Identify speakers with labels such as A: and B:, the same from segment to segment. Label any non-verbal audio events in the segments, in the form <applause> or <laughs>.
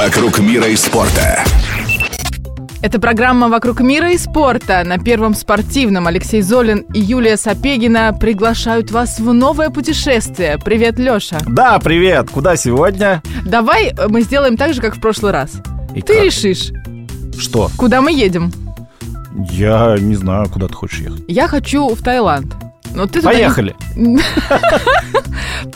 A: Вокруг мира и спорта.
B: Это программа «Вокруг мира и спорта». На Первом спортивном Алексей Золин и Юлия Сапегина приглашают вас в новое путешествие. Привет, Леша.
C: Да, привет. Куда сегодня?
B: Давай э, мы сделаем так же, как в прошлый раз.
C: И
B: Ты
C: как?
B: решишь,
C: Что?
B: куда мы едем.
C: Я не знаю, куда ты хочешь ехать.
B: Я хочу в Таиланд. Но ты туда не-
C: Поехали. <laughs>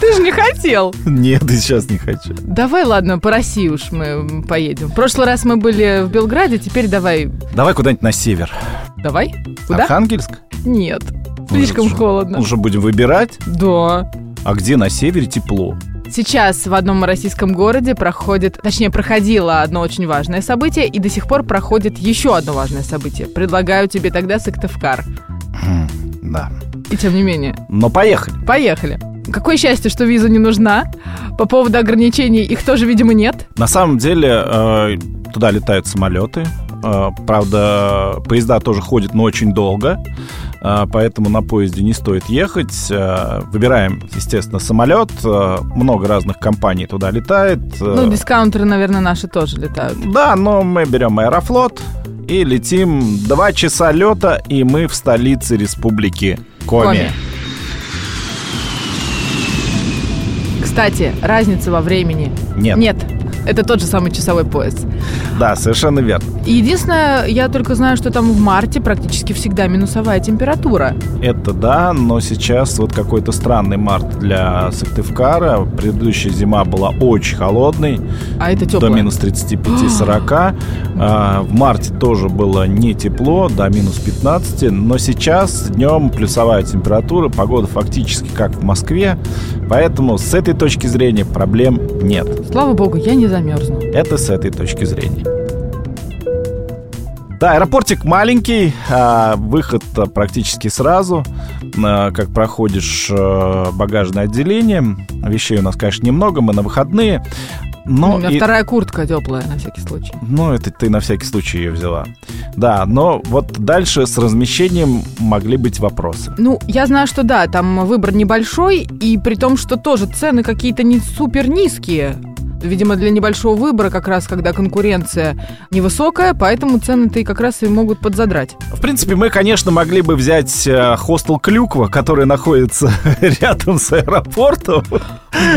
B: Ты же не хотел.
C: Нет, и сейчас не хочу.
B: Давай, ладно, по России уж мы м, поедем. В прошлый раз мы были в Белграде, теперь давай...
C: Давай куда-нибудь на север.
B: Давай? Куда?
C: Архангельск?
B: Нет. Слишком
C: Уже-
B: холодно.
C: Уже будем выбирать,
B: Да.
C: а где на севере тепло.
B: Сейчас в одном российском городе проходит, точнее, проходило одно очень важное событие, и до сих пор проходит еще одно важное событие. Предлагаю тебе тогда Сыктывкар.
C: М, Да.
B: И тем не менее,
C: Но поехали.
B: поехали. Какое счастье, что виза не нужна. По поводу ограничений их тоже, видимо, нет.
C: На самом деле э, туда летают самолеты. Э, Правда, поезда тоже ходят, но очень долго. Э, Поэтому на поезде не стоит ехать. Э, Выбираем, естественно, самолет. Э, Много разных компаний туда летает.
B: Ну,
C: Э,
B: дискаунтеры, наверное, наши тоже летают.
C: Да, но мы берем Аэрофлот и летим два часа лета, и мы в столице республики Коми.
B: Коми. Кстати, разница во времени.
C: Нет.
B: Нет. Это тот же самый часовой пояс.
C: Да, совершенно верно.
B: И Единственное, я только знаю, что там в марте практически всегда минусовая температура.
C: Это да, но сейчас вот какой-то странный март для Сыктывкара. Предыдущая зима была очень холодной,
B: А это
C: до
B: теплая.
C: минус 35-40. А, в марте тоже было не тепло, до минус 15. Но сейчас днем плюсовая температура, погода фактически как в Москве. Поэтому с этой точки зрения проблем нет.
B: Слава богу, я не замерзну.
C: Это с этой точки зрения. Да, аэропортик маленький, а, выход а, практически сразу. А, Как проходишь э, багажное отделение, вещей у нас, конечно, немного, мы на выходные.
B: Ну,
C: Но
B: у меня
C: и-
B: вторая куртка теплая, на всякий случай.
C: ну, это ты на всякий случай ее взяла. Да, но вот дальше с размещением могли быть вопросы.
B: Ну, я знаю, что да, там выбор небольшой, и при том, что тоже цены какие-то не супер низкие. Видимо, для небольшого выбора, как раз когда конкуренция невысокая, поэтому цены-то и как раз и могут подзадрать.
C: В принципе, мы, конечно, могли бы взять э, хостел Клюква, который находится <laughs> рядом с аэропортом.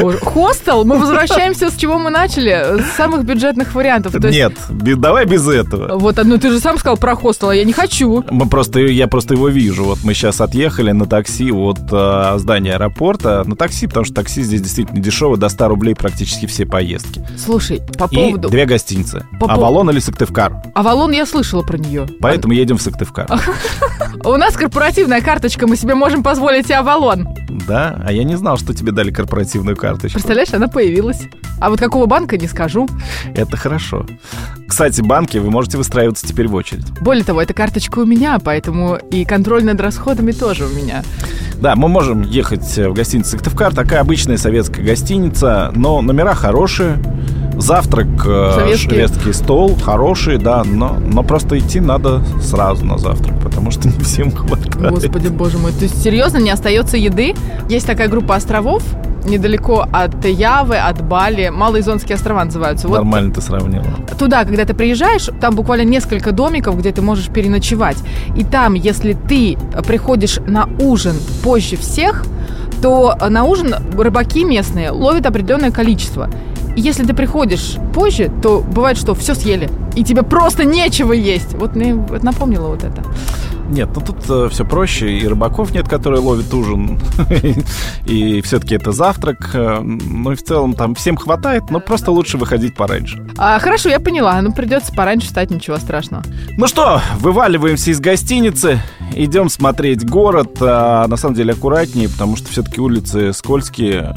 B: Боже, Хостел? Мы возвращаемся, с чего мы начали? С самых бюджетных вариантов. То есть,
C: Нет, бе- давай без этого.
B: Вот, ну ты же сам сказал про хостел, а я не хочу.
C: Мы просто, я просто его вижу. Вот мы сейчас отъехали на такси от э, здания аэропорта. На такси, потому что такси здесь действительно дешево. До 100 рублей практически все поездки.
B: Слушай, по
C: И
B: поводу...
C: две гостиницы.
B: По пов-
C: Авалон или Сыктывкар.
B: Авалон я слышала про нее.
C: Поэтому едем в Сыктывкар.
B: У нас корпоративная карточка, мы себе можем позволить и Авалон.
C: Да? А я не знал, что тебе дали корпоративную карточку.
B: Представляешь, она появилась. А вот какого банка, не скажу.
C: Это хорошо. Кстати, банки, вы можете выстраиваться теперь в очередь.
B: Более того, эта карточка у меня, поэтому и контроль над расходами тоже у меня.
C: Да, мы можем ехать э, в гостиницу Сыктывкар. Такая обычная советская гостиница, но номера хорошие. Завтрак, э,
B: Советский.
C: шведский стол хороший, да, но, но просто идти надо сразу на завтрак, потому что <laughs> не всем хватает.
B: Господи, боже мой. То есть, серьезно, не остается еды? Есть такая группа островов, недалеко от Явы, от Бали. Малоизонские острова называются. Вот
C: Нормально ты сравнила.
B: туда, когда ты приезжаешь, там буквально несколько домиков, где ты можешь переночевать. И там, если ты приходишь на ужин позже всех, то э, на ужин рыбаки местные ловят определенное количество. И если ты приходишь позже, то бывает, что все съели, и тебе просто нечего есть. Вот мне вот напомнило вот это.
C: Нет, ну тут все проще. И рыбаков нет, которые ловят ужин. <laughs> И все-таки это завтрак. Э, Ну и в целом там всем хватает, но просто лучше выходить пораньше.
B: А, хорошо, я поняла, ну придется пораньше встать, ничего страшного.
C: Ну что, вываливаемся из гостиницы, идем смотреть город. А, на самом деле аккуратнее, потому что все-таки улицы скользкие.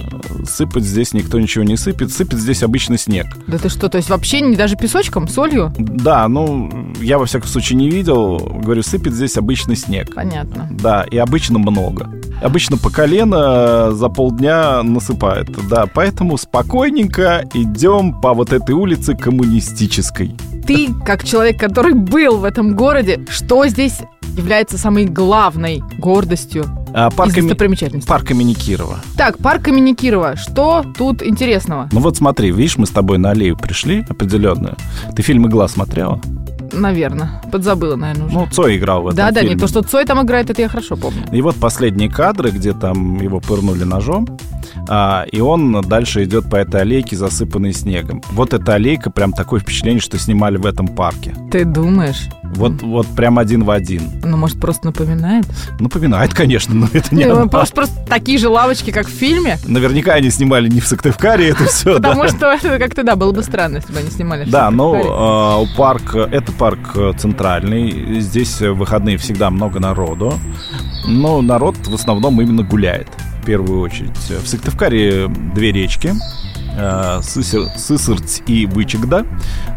C: Сыпать здесь никто ничего не сыпет. Сыпет здесь обычно снег.
B: Да ты что, то есть вообще не даже песочком, солью?
C: Да, ну, я во всяком случае не видел. Говорю, сыпет здесь обычно снег.
B: Понятно.
C: Да, и обычно много. Обычно по колено э, за полдня насыпает. Да, поэтому спокойненько идем по вот этой улице коммунистической.
B: ты, как человек, который был в этом городе, что здесь является самой главной гордостью
C: А, Парк,
B: Из
C: имени-
B: достопримечательностей.
C: парк имени Кирова.
B: Так, парк имени Кирова. Что тут интересного?
C: Ну вот смотри, видишь, мы с тобой на аллею пришли определенную. Ты фильм «Игла» смотрела?
B: Наверное. Подзабыла, наверное, уже.
C: Ну, Цой играл в этом
B: Да-да,
C: фильме.
B: не то, что Цой там играет, это я хорошо помню.
C: И вот последние кадры, где там его пырнули ножом, а, и он дальше идет по этой аллейке, засыпанной снегом. Вот эта аллейка, прям такое впечатление, что снимали в этом парке.
B: Ты думаешь?
C: Вот, вот прям один в один.
B: Ну, может, просто напоминает?
C: Напоминает, конечно, но это не ну, а
B: Э,
C: оно.
B: Просто, просто такие же лавочки, как в фильме.
C: Наверняка они снимали не в Сыктывкаре это все, да.
B: Потому что <laughs> это как-то, да, было бы странно, если бы они снимали.
C: Да,
B: что-то
C: ну,
B: такое.
C: э, у парк, это парк э, центральный, здесь э, в выходные всегда много народу, но народ в основном именно гуляет, в первую очередь. В Сыктывкаре две речки, э, Сысер- Сысырть и Вычегда,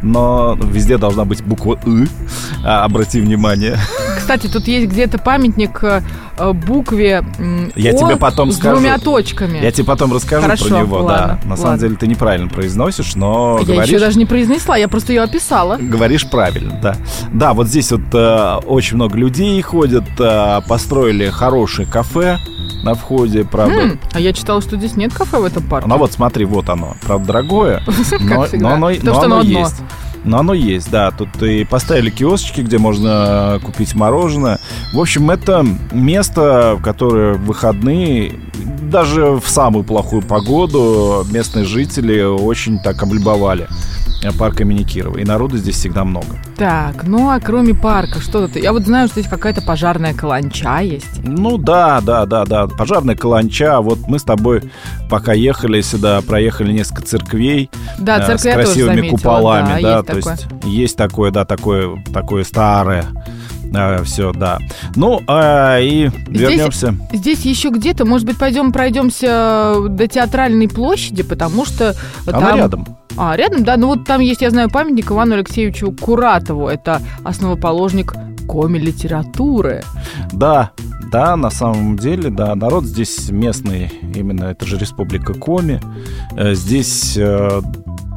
C: но везде должна быть буква «ы», а, обрати внимание.
B: Кстати, тут есть где-то памятник э, э, букве м,
C: Я
B: О
C: тебе потом
B: с
C: скажу.
B: двумя точками.
C: Я тебе потом расскажу
B: Хорошо,
C: про него,
B: ладно,
C: да. На
B: ладно.
C: самом деле ты неправильно произносишь, но
B: Я
C: говоришь...
B: еще даже не произнесла, я просто ее описала.
C: Говоришь правильно, да. Да, вот здесь вот э, очень много людей ходят, э, построили хорошее кафе на входе, правда.
B: М, а я читала, что здесь нет кафе в этом парке.
C: Ну а вот смотри, вот оно, правда
B: <laughs>
C: дорогое, но,
B: всегда.
C: но оно,
B: Потому
C: но
B: что
C: оно
B: оно одно.
C: есть. Но оно есть, да. Тут и поставили киосочки, где можно э, купить мороженое. В общем, это место, в которое в выходные, даже в самую плохую погоду, местные жители очень так облюбовали э, парк имени Кирова. И народу здесь всегда много.
B: Так, ну а кроме парка, что тут? Я вот знаю, что здесь какая-то пожарная каланча есть.
C: Ну да, да, да, да. Пожарная каланча. Вот мы с тобой, пока ехали сюда, проехали несколько церквей
B: Да,
C: э, с
B: церковь я тоже
C: красивыми
B: заметила,
C: куполами,
B: да,
C: да. то
B: есть такое.
C: есть есть такое, да, такое, такое старое. все, да. Ну а, и вернемся.
B: Здесь еще где-то, может быть, пойдем пройдемся до театральной площади, потому что
C: Она
B: там
C: рядом.
B: А, рядом, да. Ну вот там есть, я знаю, памятник Ивану Алексеевичу Куратову. Это основоположник коми-литературы.
C: Да, да, на самом деле, да, народ здесь местный, именно это же республика Коми. Э, Здесь э,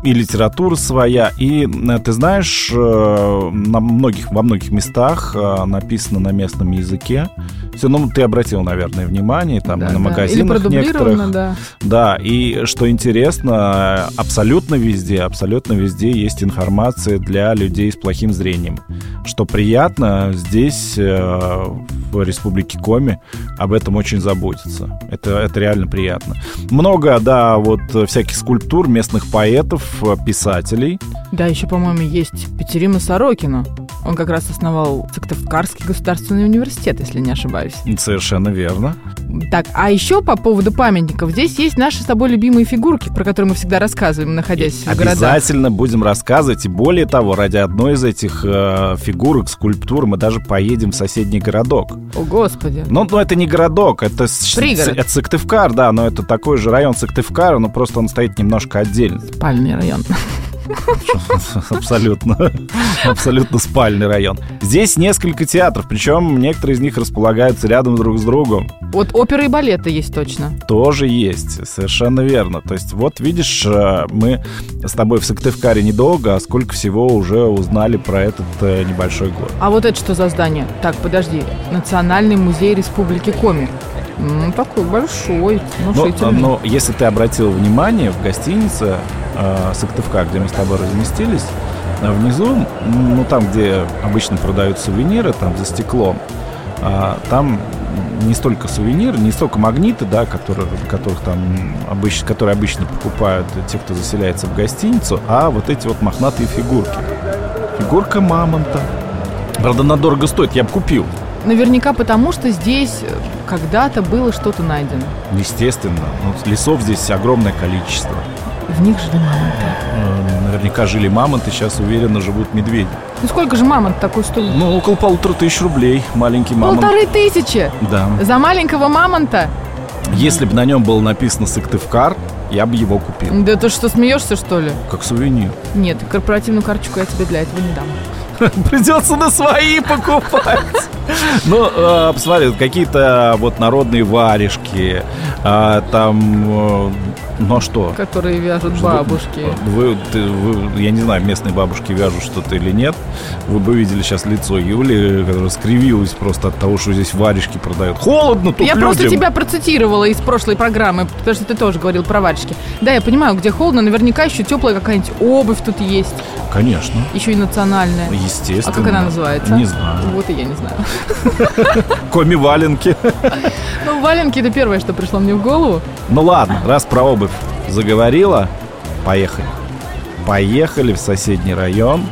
C: и литература своя, и э, ты знаешь, э, на многих, во многих местах э, написано на местном языке. Все, ну ты обратил, наверное, внимание, там
B: Да,
C: и на
B: да. Или
C: магазинах
B: продублировано,
C: некоторых.
B: да.
C: Да, и что интересно, абсолютно везде, абсолютно везде есть информация для людей с плохим зрением. Что приятно, здесь, э, в Республике Коми, об этом очень заботятся. Это, это реально приятно. Много, да, вот э, всяких скульптур местных поэтов, э, писателей.
B: Да, еще, по-моему, есть Петерима Сорокина. Он как раз основал Сыктывкарский государственный университет, если не ошибаюсь.
C: Совершенно верно.
B: Так, а еще по поводу памятников. Здесь есть наши с тобой любимые фигурки, про которые мы всегда рассказываем, находясь в городах.
C: Обязательно будем рассказывать. И более того, ради одной из этих э, фигурок, скульптур мы даже поедем в соседний городок.
B: О, Господи.
C: Ну, ну, это не городок, это, с-
B: Пригород.
C: с- это Сыктывкар, да, но это такой же район Сыктывкара, но просто он стоит немножко отдельно. <laughs>
B: Спальный район.
C: Абсолютно. Абсолютно спальный район. Здесь несколько театров, причем некоторые из них располагаются рядом друг с другом.
B: Вот опера и балета есть точно.
C: Тоже есть, совершенно верно. То есть вот видишь, э, мы с тобой в Сыктывкаре недолго, а сколько всего уже узнали про этот э, небольшой город.
B: А вот это что за здание? Так, подожди. Национальный музей Республики Коми. М, такой большой,
C: Но, а,
B: внушительный.
C: но если ты обратил внимание, в гостинице э, Сыктывкар, где мы с тобой разместились, э, внизу, ну там, где обычно продают сувениры, там за стеклом, а, там не столько сувениры, не столько магниты, да, которые, которых там обыч- которые обычно покупают те, кто заселяется в гостиницу, а вот эти вот мохнатые фигурки. Фигурка мамонта. Правда, она дорого стоит, я бы купил.
B: Наверняка потому, что здесь э, когда-то было что-то найдено.
C: Естественно. Ну, лесов здесь огромное количество.
B: В них жили мамонты.
C: Э, Наверняка жили мамонты, сейчас уверенно живут медведи.
B: Ну сколько же мамонт такой стоит?
C: Ну, около полутора тысяч рублей маленький мамонт.
B: Полторы тысячи!
C: Да.
B: За маленького мамонта?
C: Если бы на нем было написано Сыктывкар, я бы его купил.
B: Да ты что, смеешься, что ли?
C: Как сувенир. <laughs>
B: Нет, корпоративную карточку я тебе для этого не дам.
C: Придется на свои покупать. Ну, э, посмотри, какие-то вот народные варежки, э, там э, Ну а что?
B: которые вяжут
C: Что-
B: бабушки.
C: Вы, ты- вы- я не знаю, местные бабушки вяжут что-то или нет. Вы бы видели сейчас лицо Юли, которая скривилась просто от того, что здесь варежки продают. Холодно тут
B: Я
C: людям.
B: просто тебя процитировала из прошлой программы, потому что ты тоже говорил про варежки. Да, я понимаю, где холодно, наверняка еще теплая какая-нибудь обувь тут есть,
C: Конечно,
B: еще и национальная.
C: естественно.
B: А как она называется?
C: Не знаю.
B: Вот и я не знаю. <laughs>
C: Коми-валенки.
B: Ну, валенки это первое, что пришло мне в голову.
C: Ну ладно, раз про обувь заговорила, поехали. Поехали в соседний район.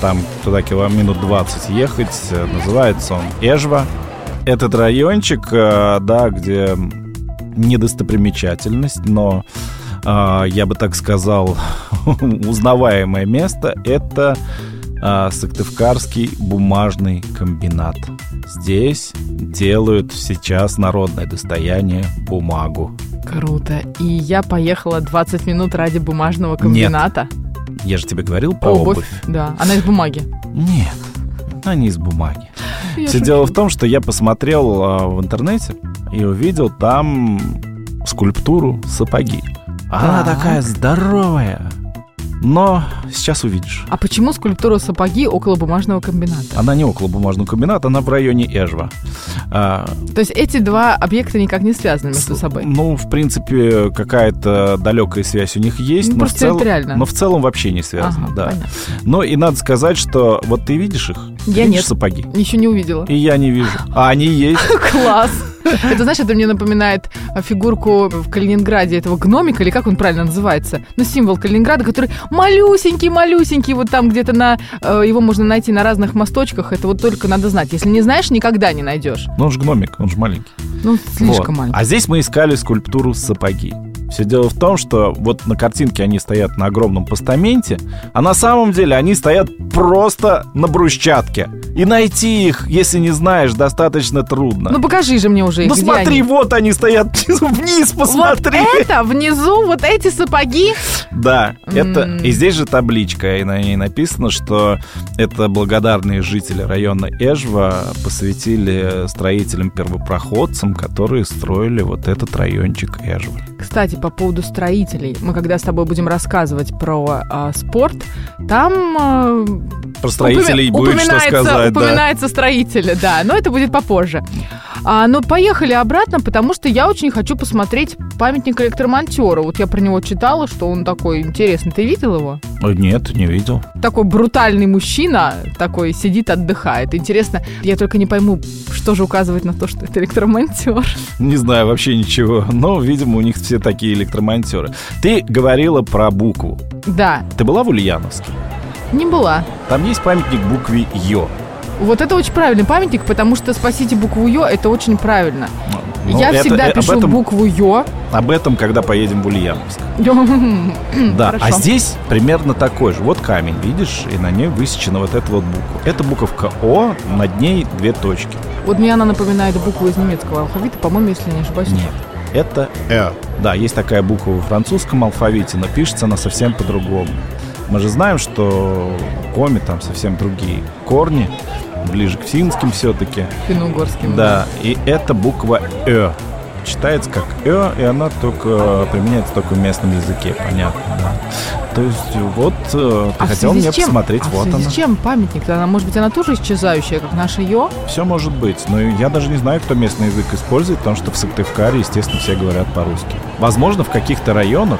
C: Там туда километров минут 20 ехать. Э, Называется он Эжва. Этот райончик, э, да, где недостопримечательность, но э, я бы так сказал, <laughs> узнаваемое место это э, Сыктывкарский бумажный комбинат. Здесь делают сейчас народное достояние бумагу.
B: Круто. И я поехала 20 минут ради бумажного комбината.
C: Я же тебе говорил про обувь.
B: Да, она из бумаги.
C: Нет, она не из бумаги.
B: Я
C: Все
B: шучу.
C: дело в том, что я посмотрел а, в интернете и увидел там скульптуру сапоги. Она
B: Так.
C: такая здоровая. Но сейчас увидишь.
B: А почему скульптура сапоги около бумажного комбината?
C: Она не около бумажного комбината, она в районе Эжва. А,
B: То есть эти два объекта никак не связаны между
C: с-
B: собой.
C: Ну, в принципе, какая-то далекая связь у них есть.
B: Ну,
C: но
B: просто
C: в целом,
B: территориально.
C: Но в целом вообще не связано,
B: Ага,
C: да.
B: понятно.
C: Но и надо сказать, что вот ты видишь их? Ты
B: Я
C: видишь
B: нет.
C: сапоги?
B: Еще
C: <laughs>
B: не увидела.
C: И я не вижу. А они есть.
B: Класс! Это, знаешь, это мне напоминает а, фигурку в Калининграде этого гномика, или как он правильно называется? Ну, символ Калининграда, который малюсенький-малюсенький, вот там где-то на... э, Его можно найти на разных мосточках, это вот только надо знать. Если не знаешь, никогда не найдешь.
C: Ну, он же гномик, он же маленький.
B: Ну, слишком
C: Вот.
B: маленький.
C: А здесь мы искали скульптуру сапоги. Все дело в том, что вот на картинке они стоят на огромном постаменте, а на самом деле они стоят просто на брусчатке. И найти их, если не знаешь, достаточно трудно.
B: Ну, покажи же мне уже их,
C: Ну,
B: где
C: смотри,
B: они?
C: вот они стоят <laughs> вниз, посмотри.
B: Вот это внизу, вот эти сапоги.
C: Да, это
B: М.
C: и здесь же табличка, и на ней написано, что это благодарные жители района Эжва посвятили строителям-первопроходцам, которые строили вот этот райончик Эжва.
B: Кстати, по поводу строителей. Мы когда с тобой будем рассказывать про а, спорт, там а,
C: Про строителей
B: Упомя-
C: будет что
B: упоминается-
C: сказать, да.
B: Упоминается строители, да, но это будет попозже. А, но поехали обратно, потому что я очень хочу посмотреть памятник электромонтера. Вот я про него читала, что он такой интересный. Ты видел его?
C: Ой, Нет, не видел.
B: Такой брутальный мужчина, такой сидит, отдыхает. Интересно, я только не пойму, что же указывает на то, что это электромонтер.
C: Не знаю вообще ничего. Но, видимо, у них все такие электромонтеры. Ты говорила про букву.
B: Да,
C: Ты была в Ульяновске?
B: не была.
C: Там есть памятник букве Ё.
B: Вот это очень правильный памятник, потому что «Спасите букву Ё» — это очень правильно.
C: Ну,
B: я
C: это-
B: всегда
C: э, об
B: пишу
C: этом-
B: букву «Ё». <laughs>
C: Об этом, когда поедем в Ульяновск. Да, а
B: Хорошо.
C: здесь примерно такой же. Вот камень, видишь, и на ней высечена вот эта вот буква. Это буковка О, над ней две точки.
B: Вот мне она напоминает букву из немецкого алфавита, по-моему, если я не ошибаюсь.
C: Нет, это Э. Да, есть такая буква во французском алфавите, но пишется она совсем по-другому. Мы же знаем, что коми там совсем другие корни, ближе к финским все-таки.
B: Финно-угорским.
C: Да, и это буква Э. Читается как Э, и она только э, применяется только в местном языке, понятно, да. То есть вот э, ты
B: А в
C: хотел
B: связи
C: мне
B: с чем?
C: посмотреть,
B: а
C: вот
B: в связи
C: она.
B: с чем памятник? Она, может быть, она тоже исчезающая, как наша Йо?
C: Все может быть, но я даже не знаю, кто местный язык использует, потому что в Сыктывкаре, естественно, все говорят по-русски. Возможно, в каких-то районах,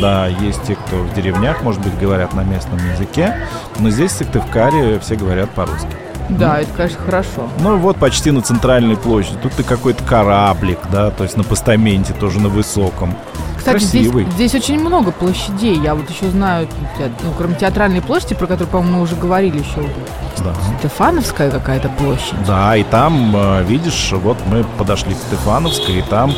C: да, есть те, кто в деревнях, может быть, говорят на местном языке, но здесь, в Сыктывкаре, все говорят по-русски.
B: Да, это, конечно, хорошо.
C: Ну и вот почти на центральной площади. Тут и какой-то кораблик, да, то есть на постаменте тоже на высоком.
B: Кстати, здесь,
C: Красивый.
B: здесь очень много площадей. Я вот еще знаю, те- ну, кроме театральной площади, про которую, по-моему, мы уже говорили еще.
C: Да.
B: Стефановская какая-то площадь.
C: Да, и там, э, видишь, вот мы подошли к Стефановской, и там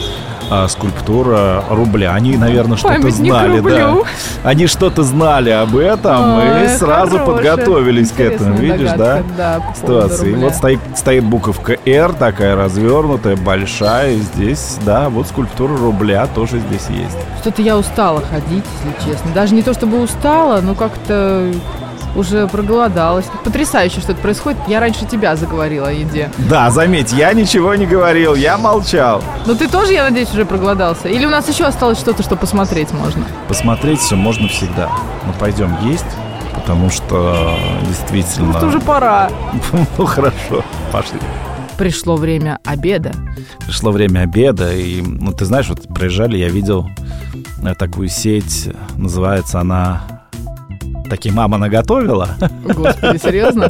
C: э, скульптура рубля. Они, наверное, что-то
B: Памятник
C: знали,
B: рублю.
C: да. Они что-то знали об этом и
B: Ой,
C: А сразу
B: Э, хорошая,
C: подготовились к этому,
B: интересная
C: видишь, да?
B: догадка, да? по поводу
C: ситуации. И
B: рубля.
C: Вот стоит, стоит буковка «Р», такая развернутая, большая, и здесь, да, вот скульптура рубля тоже здесь есть.
B: Что-то я устала ходить, если честно. Даже не то чтобы устала, но как-то уже проголодалась. Потрясающе, что это происходит. Я раньше тебя заговорила о еде.
C: Да, заметь, я ничего не говорил, я молчал.
B: Но ты тоже, я надеюсь, уже проголодался? Или у нас еще осталось что-то, что посмотреть можно?
C: Посмотреть все можно всегда. Но пойдем есть, потому что действительно...
B: Может, уже пора.
C: <laughs> Ну хорошо, пошли.
B: Пришло время обеда.
C: Пришло время обеда, и, ну, ты знаешь, вот проезжали, я видел э, такую сеть, называется она... Таки мама наготовила.
B: Господи, серьезно?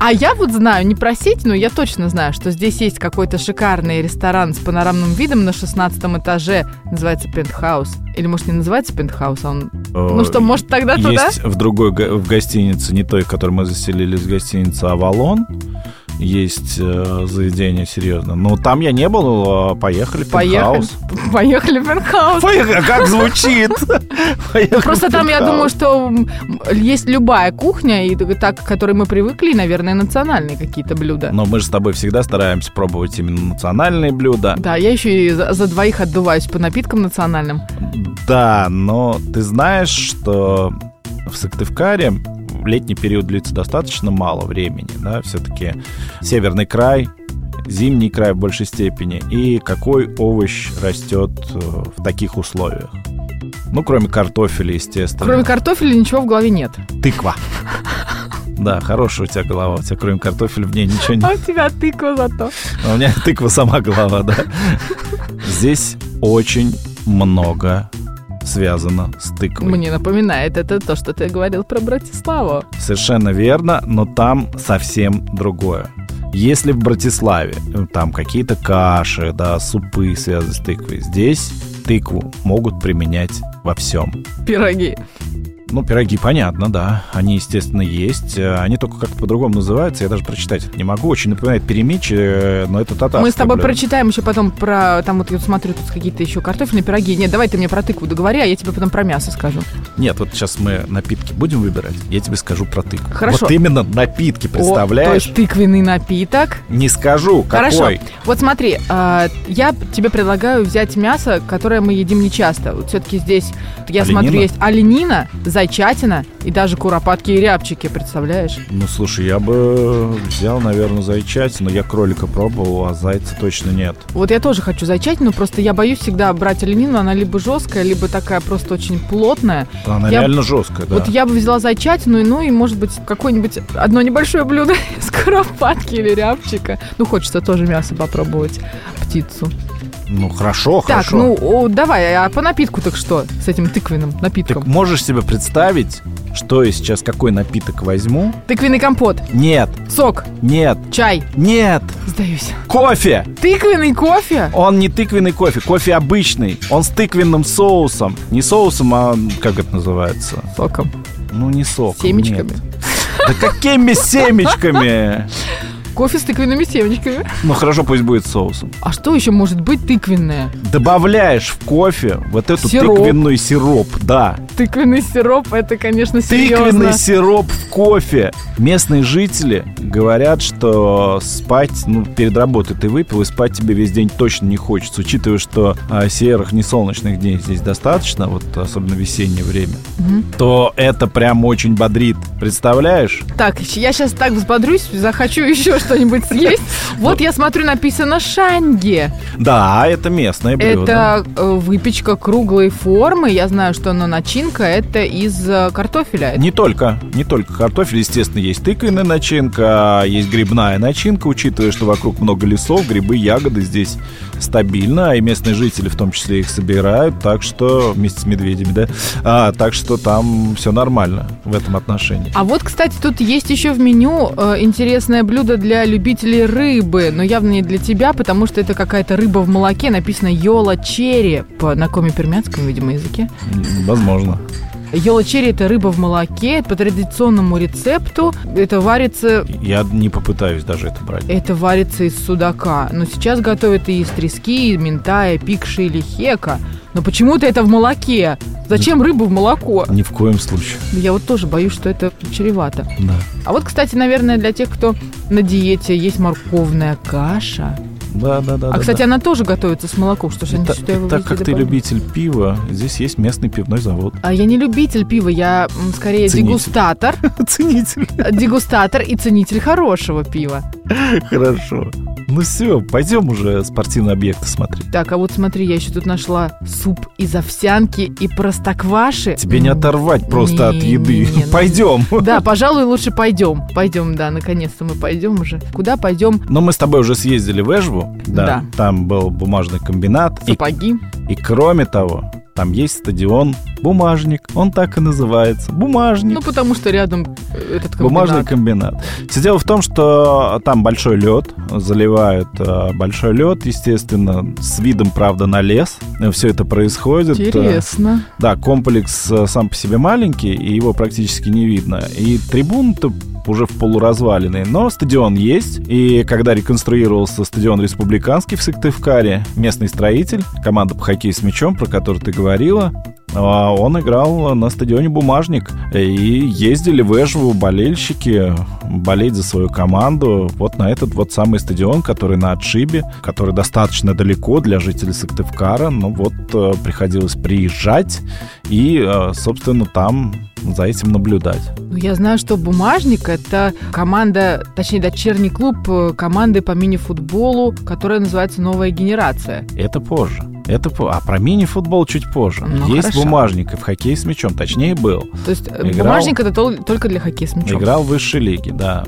B: А я вот знаю, не просить, но я точно знаю, что здесь есть какой-то шикарный ресторан с панорамным видом на 16 этаже. Называется пентхаус. Или, может, не называется пентхаус, а он... Ну что, может, тогда туда?
C: Есть в другой го- в гостинице, не той, в которой мы заселились, гостиница «Авалон», есть э, заведение серьезно. Но там я не был, а поехали,
B: Поехали.
C: пентхаус.
B: Поехали в пентхаус.
C: Поехали, А как звучит! Поехали,
B: Ну, Просто там, я
C: пентхаус.
B: думаю, что м, есть любая кухня, и так, к которой мы привыкли, и, наверное, национальные какие-то блюда.
C: Но мы же с тобой всегда стараемся пробовать именно национальные блюда.
B: Да, я еще и за, за двоих отдуваюсь по напиткам национальным.
C: Да, но ты знаешь, что в Сыктывкаре в летний период длится достаточно мало времени, да, все-таки северный край, зимний край в большей степени, и какой овощ растет э, в таких условиях? Ну, кроме картофеля, естественно.
B: Кроме картофеля ничего в голове нет.
C: Тыква. Да, хорошая у тебя голова, у тебя кроме картофеля в ней ничего
B: <laughs>
C: не...
B: А у тебя тыква зато.
C: А У меня тыква сама голова, да. Здесь очень много связано с тыквой.
B: Мне напоминает это то, что ты говорил про Братиславу.
C: Совершенно верно, но там совсем другое. Если в Братиславе э, там какие-то каши, да, супы связаны с тыквой, здесь тыкву могут применять во всем.
B: Пироги.
C: Ну, пироги, понятно, да. Они, естественно, есть. Э, Они только как-то по-другому называются. Я даже прочитать это не могу. Очень напоминает перемичи, э, но это татарское
B: Мы с тобой
C: блюдо.
B: прочитаем еще потом про... Там вот я смотрю, тут какие-то еще картофельные пироги. Нет, давай ты мне про тыкву договори, а я тебе потом про мясо скажу.
C: Нет, вот сейчас мы напитки будем выбирать. Я тебе скажу про тыкву.
B: Хорошо.
C: Вот именно напитки,
B: О, то
C: представляешь?
B: есть тыквенный напиток.
C: Не скажу, какой.
B: Хорошо. Вот смотри, а, я тебе предлагаю взять мясо, которое мы едим нечасто. Вот все-таки здесь, вот я
C: Оленина?
B: смотрю, есть оленина, зайчатина и даже куропатки и рябчики, представляешь?
C: Ну, слушай, я бы э, взял, наверное, зайчатину. Я кролика пробовал, а зайца точно нет.
B: Вот я тоже хочу зайчатину, просто я боюсь всегда брать оленину, она либо жесткая, либо такая просто очень плотная.
C: Она
B: Я-
C: реально жесткая, да.
B: Вот я бы взяла зайчатину, и, ну и, может быть, какое-нибудь одно небольшое блюдо <laughs> из куропатки или рябчика. Ну, хочется тоже мясо попробовать, птицу.
C: Ну, хорошо,
B: Так,
C: хорошо.
B: ну, о, давай, а по напитку так что с этим тыквенным напитком?
C: Так можешь себе представить, что я сейчас какой напиток возьму?
B: Тыквенный компот,
C: Нет,
B: сок,
C: нет,
B: чай.
C: нет.
B: Сдаюсь.
C: Кофе!
B: Тыквенный кофе?
C: Он не тыквенный кофе, кофе обычный. Он с тыквенным соусом. Не соусом, а как это называется?
B: Соком.
C: Ну, не сок.
B: Семечками.
C: Да какими семечками?
B: Кофе с тыквенными семечками.
C: Ну, хорошо, пусть будет соусом.
B: А что еще может быть тыквенное?
C: добавляешь в кофе вот эту
B: Сироп.
C: тыквенный сироп, да.
B: Тыквенный сироп, это, конечно, серьезно.
C: Тыквенный сироп в кофе. Местные жители говорят, что спать, ну, перед работой ты выпил, и спать тебе весь день точно не хочется, учитывая, что а, серых несолнечных дней здесь достаточно, вот особенно в весеннее время,
B: Мгм.
C: то это прям очень бодрит. Представляешь?
B: Так, щ- я сейчас так взбодрюсь, захочу еще что-нибудь съесть. Вот я смотрю, написано шанги.
C: Да, это местное блюдо.
B: Это э, выпечка круглой формы. Я знаю, что она начинка, это из э, картофеля.
C: Не только, не только картофель, естественно, есть тыквенная начинка, а есть грибная начинка, учитывая, что вокруг много лесов, грибы, ягоды здесь стабильно, и местные жители в том числе их собирают, так что вместе с медведями, да, А, так что там все нормально в этом отношении.
B: А вот, кстати, тут есть еще в меню э, интересное блюдо для любителей рыбы, но явно не для тебя, потому что это какая-то рыба в молоке, написано йола черри по- на коми-пермянском, видимо, языке.
C: М, Возможно.
B: Йола черри это рыба в молоке, это по традиционному рецепту, это варится
C: Я не попытаюсь даже это брать.
B: это варится из судака, но сейчас готовят и из трески, и ментая, пикши или хека. Но почему-то это в молоке. Зачем рыбу в молоко?
C: Ни в коем случае.
B: Я вот тоже боюсь, что это чревато.
C: Да.
B: А вот, кстати, наверное, для тех, кто на диете есть морковная каша.
C: Да, да, да.
B: А,
C: да,
B: кстати,
C: да.
B: она тоже готовится с молоком, что ж они
C: Та-
B: сюда его
C: так
B: везде
C: как ты
B: добавили?
C: любитель пива, здесь есть местный пивной завод.
B: А я не любитель пива, я м, скорее
C: Ценитель.
B: дегустатор. <laughs>
C: Ценитель.
B: Дегустатор и ценитель хорошего пива.
C: Хорошо. Ну все, пойдем уже спортивные объекты смотреть.
B: Так, а вот смотри, я еще тут нашла суп из овсянки и простокваши.
C: Тебе не
B: М,
C: оторвать просто от
B: не,
C: еды.
B: не, ну-
C: Пойдем.
B: Да, пожалуй, лучше пойдем. Пойдем, да, наконец-то мы пойдем уже. Куда пойдем?
C: Но мы с тобой уже съездили в Эжву.
B: Да.
C: Там был бумажный комбинат. И,
B: Сапоги.
C: и кроме того, там есть стадион «Бумажник». Он так и называется. «Бумажник».
B: Ну, потому что рядом э, этот комбинат.
C: Бумажный комбинат. Все дело в том, что там большой лед, заливают э, большой лед, естественно, с видом, правда, на лес. Все это происходит. Э,
B: Интересно.
C: Да, комплекс э, сам по себе маленький, и его практически не видно. И трибун-то уже в полуразваленный, но стадион есть. И когда реконструировался стадион республиканский в Сыктывкаре, местный строитель, команда по хоккею с мячом, про которую ты говорила, а, он играл на стадионе «Бумажник». И ездили в Эжву болельщики болеть за свою команду вот на этот вот самый стадион, который на отшибе, который достаточно далеко для жителей Сыктывкара. Ну вот э, приходилось приезжать и, э, собственно, там за этим наблюдать.
B: Ну, я знаю, что «Бумажник» — это команда, точнее, дочерний клуб э, команды по мини-футболу, которая называется «Новая генерация».
C: Это позже. Это по... А про мини-футбол чуть позже.
B: Ну,
C: Есть
B: хорошо.
C: бумажник и в хоккей с мячом, точнее был.
B: То есть э,
C: Играл.
B: «Бумажник» — это тол- только для хоккея с мячом.
C: Играл в высшей лиге, да.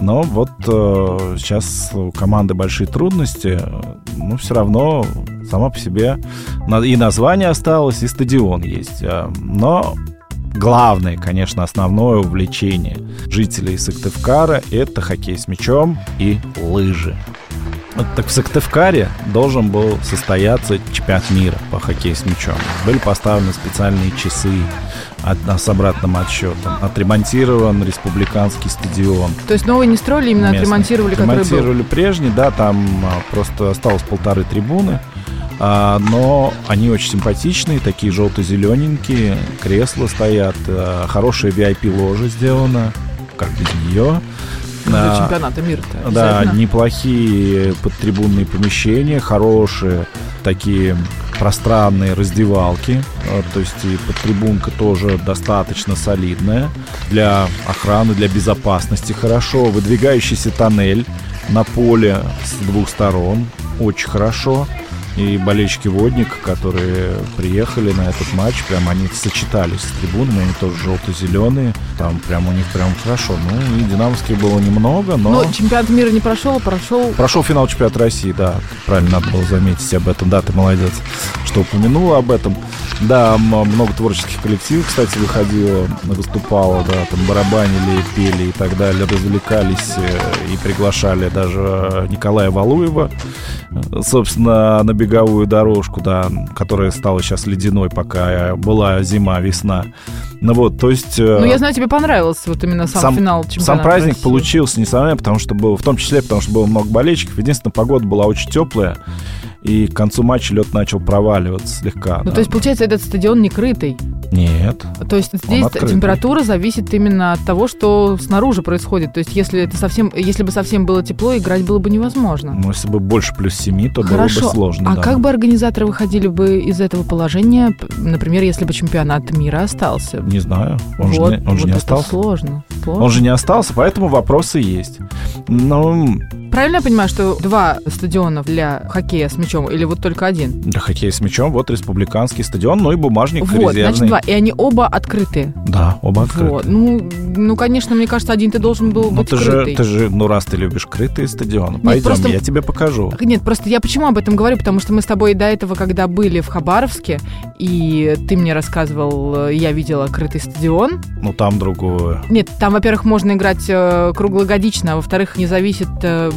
C: Но вот э, сейчас у команды большие трудности, э, но все равно сама по себе на- и название осталось, и стадион есть. э, Но главное, конечно, основное увлечение жителей Сыктывкара – это хоккей с мячом и лыжи. Вот Так в Сыктывкаре должен был состояться чемпионат мира по хоккею с мячом. Были поставлены специальные часы от- а, с обратным отсчетом. Отремонтирован республиканский стадион.
B: То есть новые не строили, именно
C: местный.
B: отремонтировали, который был.
C: Отремонтировали прежний, да, там а, просто осталось полторы трибуны. А, но они очень симпатичные, такие желто-зелененькие, кресла стоят, а, хорошая VIP-ложа сделана, как без нее.
B: Ну, для
C: А,
B: чемпионата мира-то.
C: да,
B: обязательно.
C: неплохие подтрибунные помещения, хорошие такие пространные раздевалки. Э, То есть и подтрибунка тоже достаточно солидная. Для охраны, для безопасности хорошо. Выдвигающийся тоннель на поле с двух сторон. Очень хорошо. И болельщики водник, которые приехали на этот матч, прям они сочетались с трибунами, они тоже желто-зеленые, там прям у них прям хорошо. Ну и динамовских было немного, но...
B: Но Ну, чемпионат мира не прошел, а прошел...
C: Прошел финал чемпионата России, да. Правильно надо было заметить об этом. Да, ты молодец, что упомянула об этом. Да, м- много творческих коллективов, кстати, выходило, выступало, да, там барабанили, пели и так далее, развлекались э, и приглашали даже э, Николая Валуева, э, собственно, на беговую дорожку, да, которая стала сейчас ледяной, пока э, была зима, весна. Ну вот, то есть... э,
B: Ну, я знаю, тебе понравился вот именно сам,
C: сам-
B: финал чемпионата
C: сам праздник
B: России.
C: получился несомненно, потому что было, в том числе, потому что было много болельщиков. Единственное, погода была очень теплая, и к концу матча лед начал проваливаться слегка.
B: Ну,
C: да.
B: то есть, получается, этот стадион не крытый.
C: Нет.
B: То есть здесь
C: открытый.
B: температура зависит именно от того, что снаружи происходит. То есть если это совсем, если бы совсем было тепло, играть было бы невозможно.
C: Ну, если бы больше плюс 7, то было
B: Хорошо.
C: бы сложно.
B: а
C: ну да.
B: как бы организаторы выходили бы из этого положения, п- например, если бы чемпионат мира остался?
C: Не знаю. Он
B: вот,
C: же не, он же
B: вот
C: не
B: это
C: остался.
B: Сложно. сложно.
C: Он же не остался, поэтому вопросы есть. Ну,
B: Правильно я понимаю, что два стадиона для хоккея с мячом или вот только один?
C: да, хоккей с мячом, вот республиканский стадион, ну и бумажник
B: вот, значит
C: резервный.
B: два. И они оба открытые.
C: Да, оба открыты.
B: Вот. Ну, ну, конечно, мне кажется, один ты должен был
C: Ну,
B: быть
C: ты же,
B: крытый.
C: ты же, ну, раз ты любишь крытые стадионы, пойдем,
B: просто-
C: я тебе покажу.
B: Так Нет, просто я почему об этом говорю? Потому что мы с тобой до этого, когда были в Хабаровске, и ты мне рассказывал, э, я видела крытый стадион.
C: Ну, там другое.
B: Нет, там, во-первых, можно играть э, круглогодично, а во-вторых, не зависит э,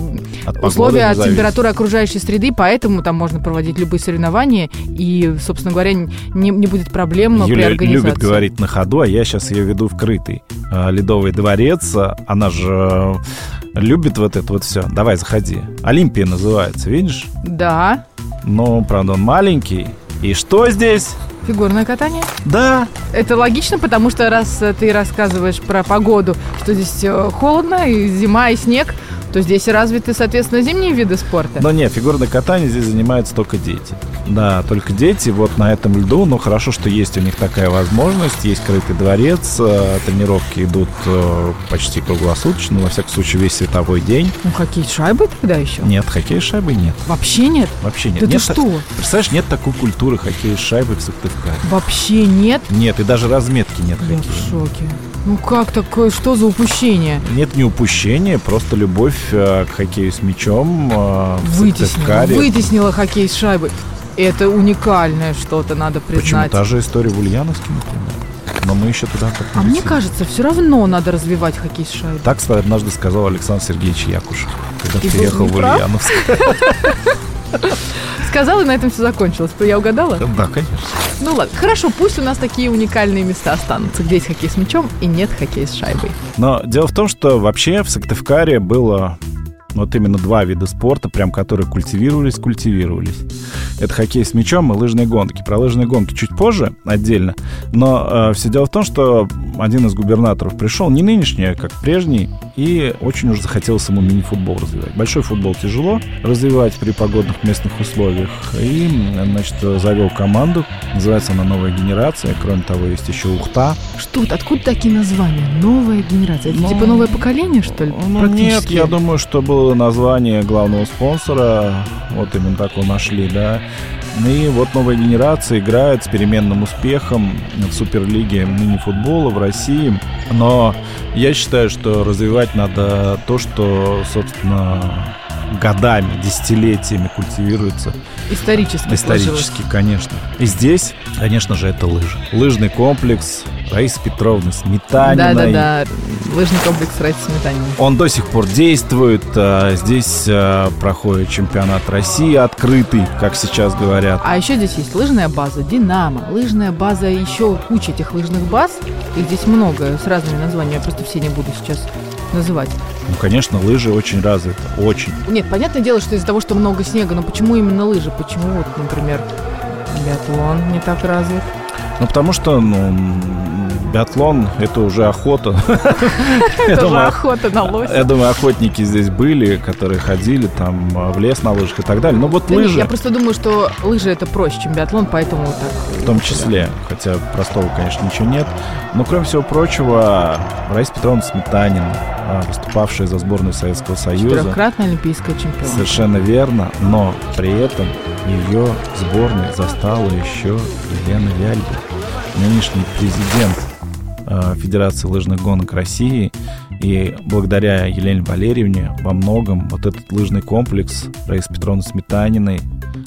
C: От погоды
B: условия
C: не
B: от
C: зависит.
B: температуры окружающей среды, поэтому там можно проводить любые соревнования, и, собственно говоря, н- не, не будет проблем при
C: Юля
B: организации.
C: любит говорить на ходу, а я сейчас ее веду вкрытый. А, Ледовый дворец, а, она же э, любит вот это вот все. Давай, заходи. Олимпия называется, видишь?
B: Да,
C: Ну, правда, он маленький. И что здесь?
B: фигурное катание.
C: Да,
B: Это логично, потому что раз э, ты рассказываешь про погоду, что здесь э, холодно, и зима, и снег, то здесь и развиты, соответственно, зимние виды спорта.
C: Но нет, фигурное катание здесь занимаются только дети. Да, только дети вот на этом льду. Но хорошо, что есть у них такая возможность. Есть крытый дворец. э, Тренировки идут э, почти круглосуточно. Во всяком случае, весь световой день.
B: Ну, какие шайбы тогда еще?
C: Нет, хоккея с шайбой нет.
B: Вообще нет?
C: Вообще нет.
B: Да ты
C: Нет,
B: что?
C: Представляешь, нет такой культуры хоккея с шайбой в Сыктывкаре.
B: Вообще нет?
C: Нет, и даже разметки нет
B: Я в
C: хоккея.
B: шоке. Ну как такое? Что за упущение?
C: Нет не упущения, просто любовь э, к хоккею с мячом э, в
B: Вытеснило.
C: Сыктывкаре.
B: Вытеснило хоккей с шайбой. Это уникальное что-то, надо
C: Почему?
B: признать.
C: Та же история в Ульяновске, например. Но мы еще туда как
B: А мне кажется, все равно надо развивать хоккей с шайбой.
C: Так сказать, однажды сказал Александр Сергеевич Якушев, когда
B: И был
C: приехал в
B: не прав?
C: Ульяновск. <laughs>
B: Сказала, и на этом все закончилось. Я угадала?
C: Да, конечно.
B: Ну ладно. Хорошо, пусть у нас такие уникальные места останутся, где есть хоккей с мячом и нет хоккея с шайбой.
C: Но дело в том, что вообще в Сыктывкаре было вот именно два вида спорта, прям которые культивировались, культивировались. Это хоккей с мячом и лыжные гонки. Про лыжные гонки чуть позже отдельно. Но все дело в том, что один из губернаторов пришел, не нынешний, а как прежний, и очень уж захотелось ему мини-футбол развивать. Большой футбол тяжело развивать при погодных местных условиях. И, значит, завел команду. Называется она «Новая генерация». Кроме того, есть еще «Ухта».
B: Что, это? откуда такие названия? Новая генерация. Это
C: Ну,
B: типа новое поколение, что ли?
C: Ну, нет,
B: Практически.
C: я думаю, что было название главного спонсора. Вот именно так его нашли, да. Ну И вот новая генерация играет с переменным успехом в Суперлиге мини-футбола в России. Но я считаю, что развивать надо то, что, собственно, годами, десятилетиями культивируется
B: Исторически. сложилось.
C: Исторически, конечно. И здесь, конечно же, это лыжи. Лыжный комплекс Раисы Петровны Сметаниной.
B: Да-да-да. Лыжный комплекс Райс Сметаниной.
C: Он до сих пор действует. а, Здесь а, проходит чемпионат России открытый, как сейчас говорят.
B: А еще здесь есть лыжная база «Динамо», лыжная база, еще куча этих лыжных баз. Их здесь много, с разными названиями, я просто все не буду сейчас называть.
C: Ну, конечно, лыжи очень развиты. Очень.
B: Нет, понятное дело, что из-за того, что много снега, но почему именно лыжи? Почему вот, например, биатлон не так развит?
C: Ну, потому что, ну, м, биатлон — это уже
B: <laughs>
C: охота. Я
B: Это же
C: думаю, э,
B: охота на лося.
C: Я думаю, охотники здесь были, которые ходили там а, в лес на лыжах и так далее. Ну, вот
B: Да нет, Я
C: лыжи
B: просто думаю, что лыжи это проще, чем биатлон, поэтому вот так.
C: в том числе. Хотя простого, конечно, ничего нет. Но, кроме всего прочего, Раиса Петровна Сметанина, а, выступавшая за сборную Советского Союза,
B: Трехкратная олимпийская чемпионка.
C: Совершенно верно, но при этом ее сборной застала еще Елена Вяльба, нынешний президент э, Федерации лыжных гонок России. И благодаря Елене Валерьевне во многом вот этот лыжный комплекс Раисы Петровны Сметаниной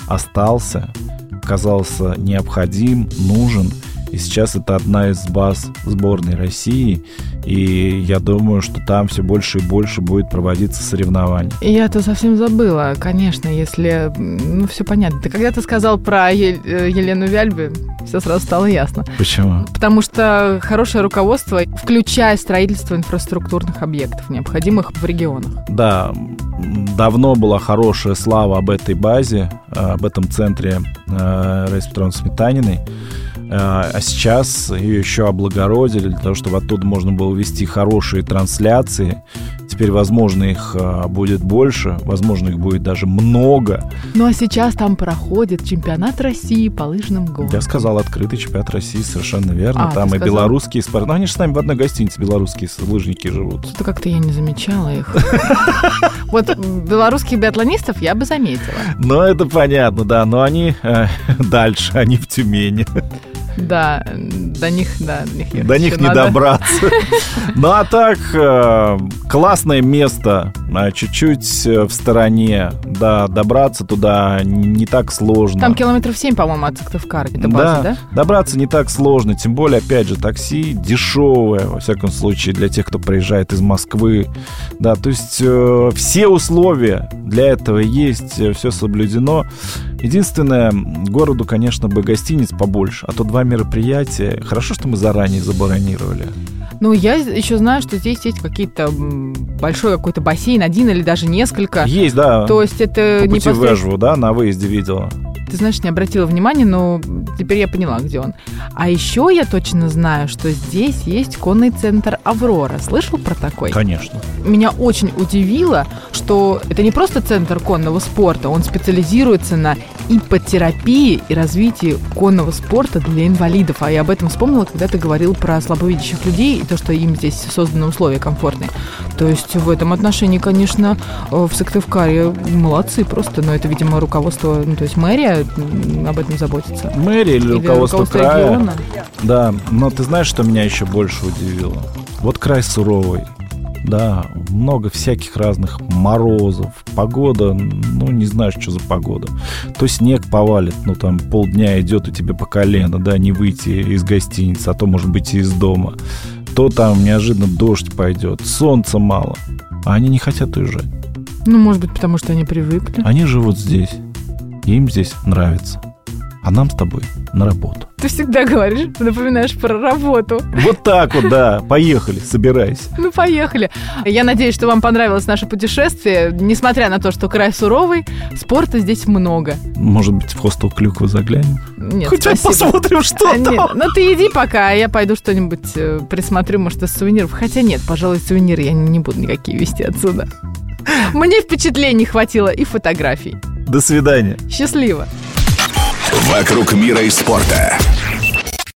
C: остался, оказался необходим, нужен. И сейчас это одна из баз сборной России. И я думаю, что там все больше и больше будет проводиться соревнования.
B: И Я-то совсем забыла, конечно, если... м, Ну, все понятно. Ты когда ты сказал про Е- э, Елену Вяльбе, все сразу стало ясно.
C: Почему?
B: Потому что хорошее руководство, включая строительство инфраструктурных объектов, необходимых в регионах.
C: Да, м, давно была хорошая слава об этой базе, э, об этом центре э, Раисы Петровны Сметаниной. Э, А сейчас ее еще облагородили для того, чтобы оттуда можно было вести хорошие трансляции. Теперь, возможно, их э, будет больше, возможно, их будет даже много.
B: Ну, а сейчас там проходит чемпионат России по лыжным гонкам.
C: Я сказал, открытый чемпионат России, совершенно верно.
B: А, ты
C: Там и
B: сказал.
C: белорусские спорт... Ну, они же с нами в одной гостинице, белорусские с- лыжники живут.
B: Что-то как-то я не замечала их. <laughs> Вот м, белорусских биатлонистов я бы заметила.
C: Ну, это понятно, да. Но они э, <laughs> дальше, они в Тюмени.
B: Да, м, до них, да.
C: До них
B: ещё
C: не
B: надо. <laughs>
C: добраться. Ну а так, э, классное место, а, чуть-чуть э, в стороне. Да, добраться туда не так сложно.
B: Там километров 7, по-моему, от Сыктывкара. Это база, да?
C: Добраться не так сложно, тем более, опять же, такси дешевое, во всяком случае, для тех, кто приезжает из Москвы. Да, то есть э, все условия для этого есть, все соблюдено. Единственное, м, городу, конечно, бы гостиниц побольше, а то два мероприятия. Хорошо, что мы заранее забронировали.
B: Ну, я еще знаю, что здесь есть какие-то м, большой какой-то бассейн, один или даже несколько.
C: Есть, да.
B: То есть это
C: по пути в
B: Э, непосредственно...
C: Эжву, да, на выезде видела.
B: Ты знаешь, не обратила внимания, но теперь я поняла, где он. А еще я точно знаю, что здесь есть конный центр «Аврора». Слышал про такой?
C: Конечно.
B: Меня очень удивило, что это не просто центр конного спорта, он специализируется на ипотерапии и развитии конного спорта для инвалидов. А я об этом вспомнила, когда ты говорил про слабовидящих людей и то, что им здесь созданы условия комфортные. То есть в этом отношении, конечно, э, в Сыктывкаре молодцы просто, но это, видимо, руководство, ну, то есть мэрия м, об этом заботится.
C: Мэрия или руководство, края.
B: региона.
C: Да, но ты знаешь, что меня еще больше удивило? Вот край суровый. Да, много всяких разных морозов. Погода, ну, не знаешь, что за погода. То снег повалит, ну, там полдня идет у тебя по колено, да, не выйти из гостиницы, а то, может быть, и из дома. То там неожиданно дождь пойдет, солнца мало. А они не хотят уезжать.
B: Ну, может быть, потому что они привыкли.
C: Они живут здесь. и Им здесь нравится. А нам с тобой на работу.
B: Ты всегда говоришь, напоминаешь про работу.
C: Вот так вот,
B: <laughs>
C: да. Поехали, собирайся.
B: Ну, поехали. Я надеюсь, что вам понравилось наше путешествие. Несмотря на то, что край суровый, спорта здесь много.
C: Может быть, в хостел клюквы заглянем?
B: Нет,
C: Хотя
B: спасибо.
C: посмотрим,
B: А,
C: что
B: нет,
C: там.
B: ну ты иди пока, а я пойду что-нибудь э, присмотрю, может, из сувениров. Хотя нет, пожалуй, сувениры я не буду никакие вести отсюда. Мне впечатлений хватило и фотографий.
C: До свидания.
B: Счастливо!
A: Вокруг мира и спорта.